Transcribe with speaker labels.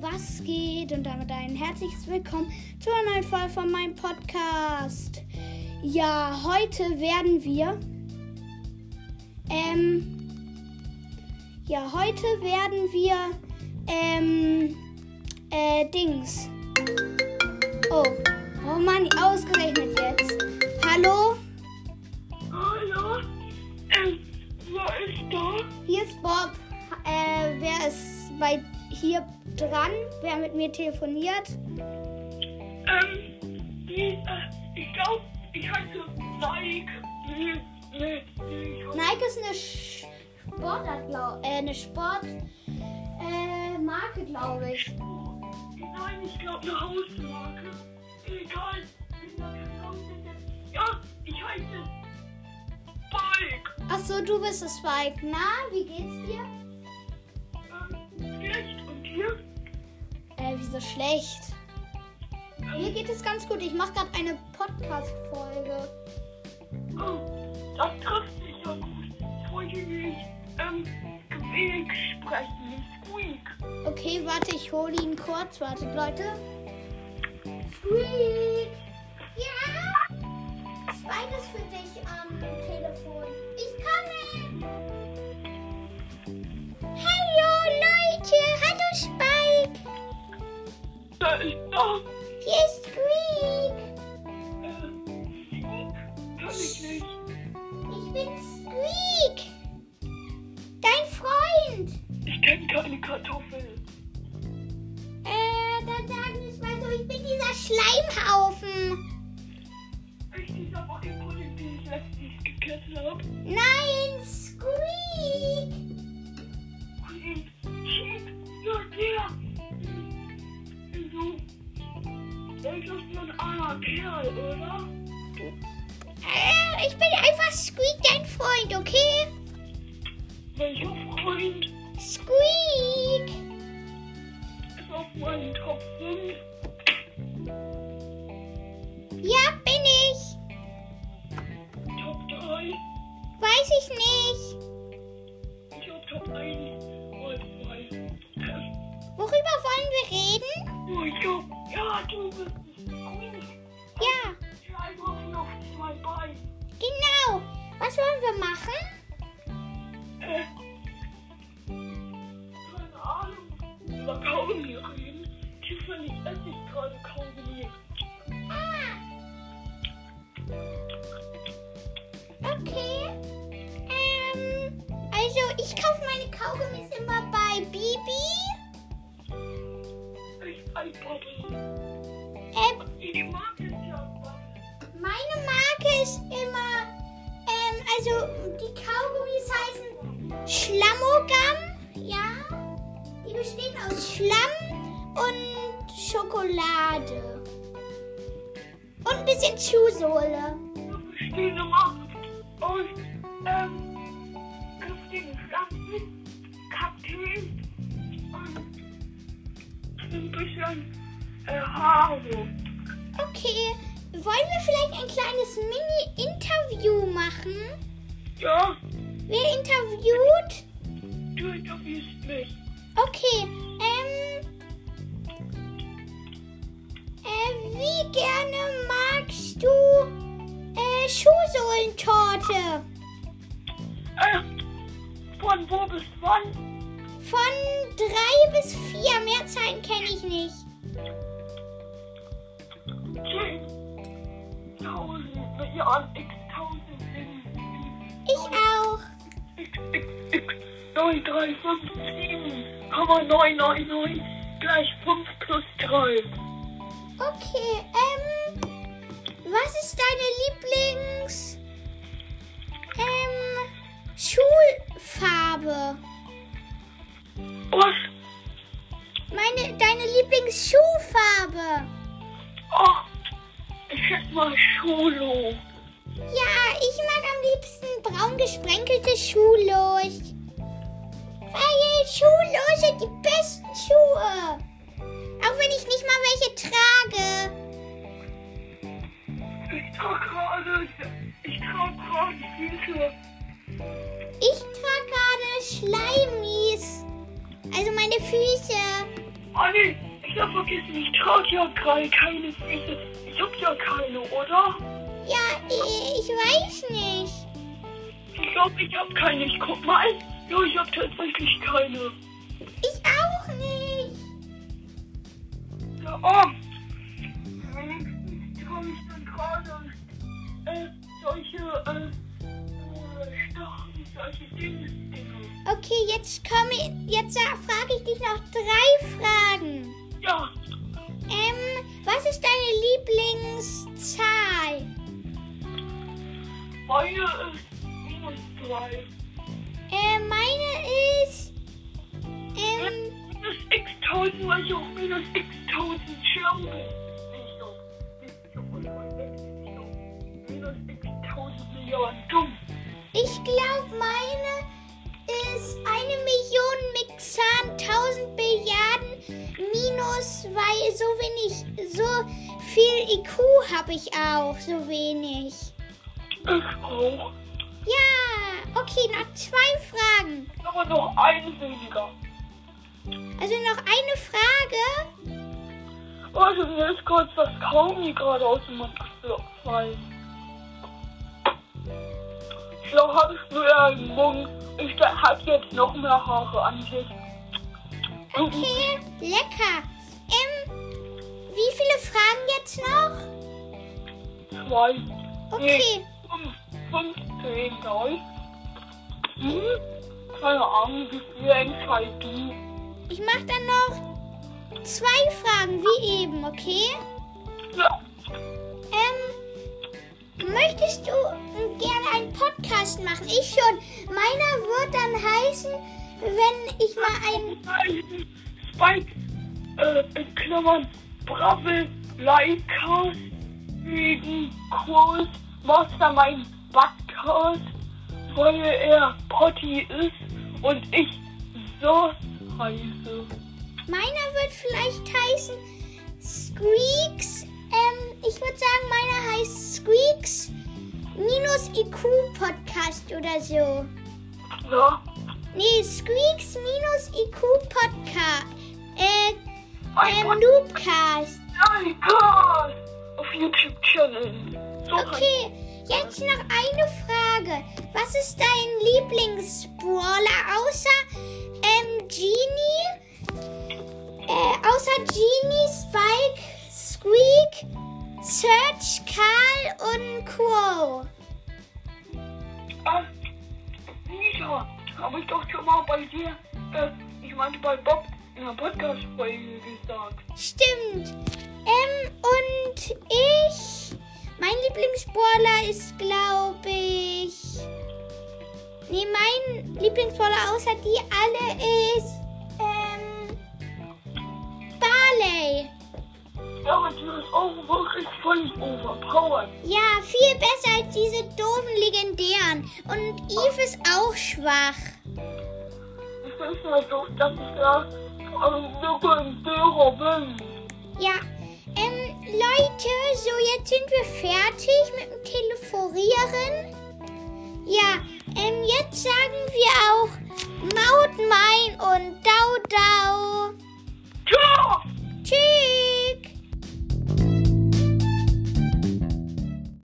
Speaker 1: Was geht? Und damit ein herzliches Willkommen zu einer neuen Folge von meinem Podcast. Ja, heute werden wir. Ähm. Ja, heute werden wir. Ähm. Äh, Dings. Oh. Oh Mann, ausgerechnet jetzt. Hallo?
Speaker 2: Hallo, ähm, wo ist da?
Speaker 1: Hier ist Bob. Äh, wer ist bei hier dran? Wer mit mir telefoniert?
Speaker 2: Ähm, die, äh, ich glaube, ich heiße Nike. Nee, nee, nee.
Speaker 1: Nike ist eine Sch- Sportart, glaub, äh, eine Sport äh, Marke, glaube ich.
Speaker 2: Nein, ich glaube eine Hausmarke. Egal, ich bin da kein Haus hinter- Ja, ich heiße Bike.
Speaker 1: Ach so, du bist es, Spike. Na, wie geht's dir?
Speaker 2: Ähm, schlecht und hier?
Speaker 1: Äh, wieso schlecht? Mir
Speaker 2: Ähm,
Speaker 1: geht es ganz gut. Ich mache gerade eine Podcast-Folge.
Speaker 2: Oh, das trifft sich ja gut. Ich wollte nicht, ähm, Quick sprechen, nicht Squeak.
Speaker 1: Okay, warte, ich hole ihn kurz. Wartet, Leute. Squeak! Ja? Spike ist für dich am Telefon. Ich komme! Hallo, Leute! Hallo, Spike!
Speaker 2: Da ist da.
Speaker 1: Hier ist Squeak!
Speaker 2: Äh, kann ich nicht.
Speaker 1: Ich bin Squeak! Dein Freund!
Speaker 2: Ich kenne keine Kartoffel.
Speaker 1: Äh, dann sagen wir es mal so, ich bin dieser Schleimhaufen.
Speaker 2: Ich dieser Wackelpudding, den ich letztens gegessen habe.
Speaker 1: Nein, Squeak!
Speaker 2: Und schieb nur der. So. Das ist nur ein armer Kerl, oder?
Speaker 1: Äh, ich bin einfach Squeak, dein Freund, okay?
Speaker 2: Welcher Freund
Speaker 1: Squeak!
Speaker 2: ist auf meinem Top 5?
Speaker 1: Ja, bin ich.
Speaker 2: Top 3?
Speaker 1: Weiß ich nicht.
Speaker 2: Ich hab Top 1 und 2.
Speaker 1: Worüber wollen wir reden?
Speaker 2: Oh, ich hab. Ja, du bist cool.
Speaker 1: Ja,
Speaker 2: Schleimhaufen auf zwei Beinen.
Speaker 1: genau. Was wollen wir machen?
Speaker 2: Äh, keine Ahnung. Über Kaugummi reden. Zufällig esse ich gerade Kaugummi.
Speaker 1: Ah. Okay. Ähm, also ich kaufe meine Kaugummis immer bei Bibi.
Speaker 2: Ich Eibubble.
Speaker 1: Äh,
Speaker 2: Die mag es ja.
Speaker 1: Meine Marke ist immer, ähm, also die Kaugummis heißen Schlammogamm, ja. Die bestehen aus Schlamm und Schokolade. Und ein bisschen Schuhsohle.
Speaker 2: Wir bestehen immer aus, ähm, kräftigen Pflanzen, Kakteen und ein bisschen, äh, Haare.
Speaker 1: Okay, wollen wir vielleicht ein kleines Mini-Interview machen?
Speaker 2: Ja,
Speaker 1: Wer interviewt?
Speaker 2: du interviewst mich.
Speaker 1: Okay, ähm. Äh, wie gerne magst du äh, Schuhsohlentorte?
Speaker 2: Äh, von wo bis wann?
Speaker 1: Von drei bis vier, mehr Zahlen kenne ich nicht.
Speaker 2: 10.000 Milliarden x-tausend
Speaker 1: Ich auch.
Speaker 2: xxx 935 gleich 5 plus 3.
Speaker 1: Okay, ähm. Was ist deine Lieblings. ähm. Schulfarbe?
Speaker 2: Was?
Speaker 1: Meine, deine Lieblingsschuhfarbe?
Speaker 2: Ach, ich hätte mal Scholo.
Speaker 1: Ja, ich mag am liebsten braun gesprenkelte Schuhlose. Weil Schuhlose sind die besten Schuhe. Auch wenn ich nicht mal welche trage.
Speaker 2: Ich trage gerade, ich trage gerade diese.
Speaker 1: Ich trage gerade Schleimis. Also meine Füße.
Speaker 2: Ah nee, Ja, vergiss nicht, ich trag ja gerade keine Füße. Ich hab ja keine, oder?
Speaker 1: Ja, ich, ich weiß nicht.
Speaker 2: Ich glaube, ich hab keine. Ich guck mal. Ja, ich hab tatsächlich keine.
Speaker 1: Ich auch nicht.
Speaker 2: Ja, oh. Wenigstens komm ich dann gerade an äh, solche, äh, äh, Stacheln, solche Dinge.
Speaker 1: Okay, jetzt komme, jetzt sa- frage ich dich noch drei Fragen.
Speaker 2: Ja,
Speaker 1: Ähm, was ist deine Lieblingszahl?
Speaker 2: meine ist minus drei.
Speaker 1: Ähm, meine ist ähm,
Speaker 2: Minus x-tausend, weil ich auf minus x-tausend Schirm bin. Ich glaub, ich hab voll weit weg. Ich glaub, minus x-tausend Milliarden dumm.
Speaker 1: ich glaube meine ist eine Million Mixan, tausend Billiarden minus, weil so wenig, so viel IQ habe ich auch, so wenig.
Speaker 2: Ich auch.
Speaker 1: Ja, okay, noch zwei Fragen.
Speaker 2: Aber noch ein weniger.
Speaker 1: Also noch eine Frage.
Speaker 2: Warte, mir ist kurz das Kaugummi gerade aus dem Mund gefallen. So hab ich nur einen Mund. Ich hab jetzt noch mehr Haare an sich.
Speaker 1: Okay, lecker. Ähm, wie viele Fragen jetzt noch?
Speaker 2: Zwei.
Speaker 1: Okay.
Speaker 2: Fünf, fünf, zehn, drei. Hm? Keine Ahnung, wie viel entscheidest du?
Speaker 1: Ich mach dann noch zwei Fragen, wie eben, okay?
Speaker 2: Ja,
Speaker 1: Ähm, möchtest du ähm, gerne einen Podcast machen? Ich schon. Meiner wird dann heißen, wenn ich mal einen...
Speaker 2: nein, Spike, äh, in Klammern, Bravel, Leicast, wegen Kurs, Mastermind, Backcast, weil er Potti ist und ich so heiße.
Speaker 1: Meiner wird vielleicht heißen Squeaks. Ähm, ich würde sagen, meiner heißt Squeaks minus IQ Podcast oder so.
Speaker 2: Ja,
Speaker 1: Nee, Squeaks minus IQ Podcast. Äh,
Speaker 2: ein
Speaker 1: ähm,
Speaker 2: ähm,
Speaker 1: Noobcast.
Speaker 2: Leicast auf YouTube-Channel. So
Speaker 1: Okay, jetzt noch eine Frage. Was ist dein Lieblingsbrawler außer ähm, Genie? Äh, außer Genie, Spike, Squeak, Search, Karl und Quo.
Speaker 2: Ah, Lisa, habe ich doch schon mal bei dir, äh, ich meinte bei Bob in der Podcast-Folge gesagt.
Speaker 1: Stimmt. Ähm, und ich. Mein Lieblingsbrawler ist, glaube ich. Nee, mein Lieblingsbrawler außer die alle ist. Ähm. Barley.
Speaker 2: Ja, aber die ist auch wirklich voll overpowered.
Speaker 1: Ja, viel besser als diese doofen Legendären. Und Eve ist auch schwach.
Speaker 2: Ich finde es halt doof, dass ich da ein legendärer bin.
Speaker 1: Ja. Ähm, Leute, so jetzt sind wir fertig mit dem Telefonieren. Ja, ähm, jetzt sagen wir auch Maut mein und Dau Dau.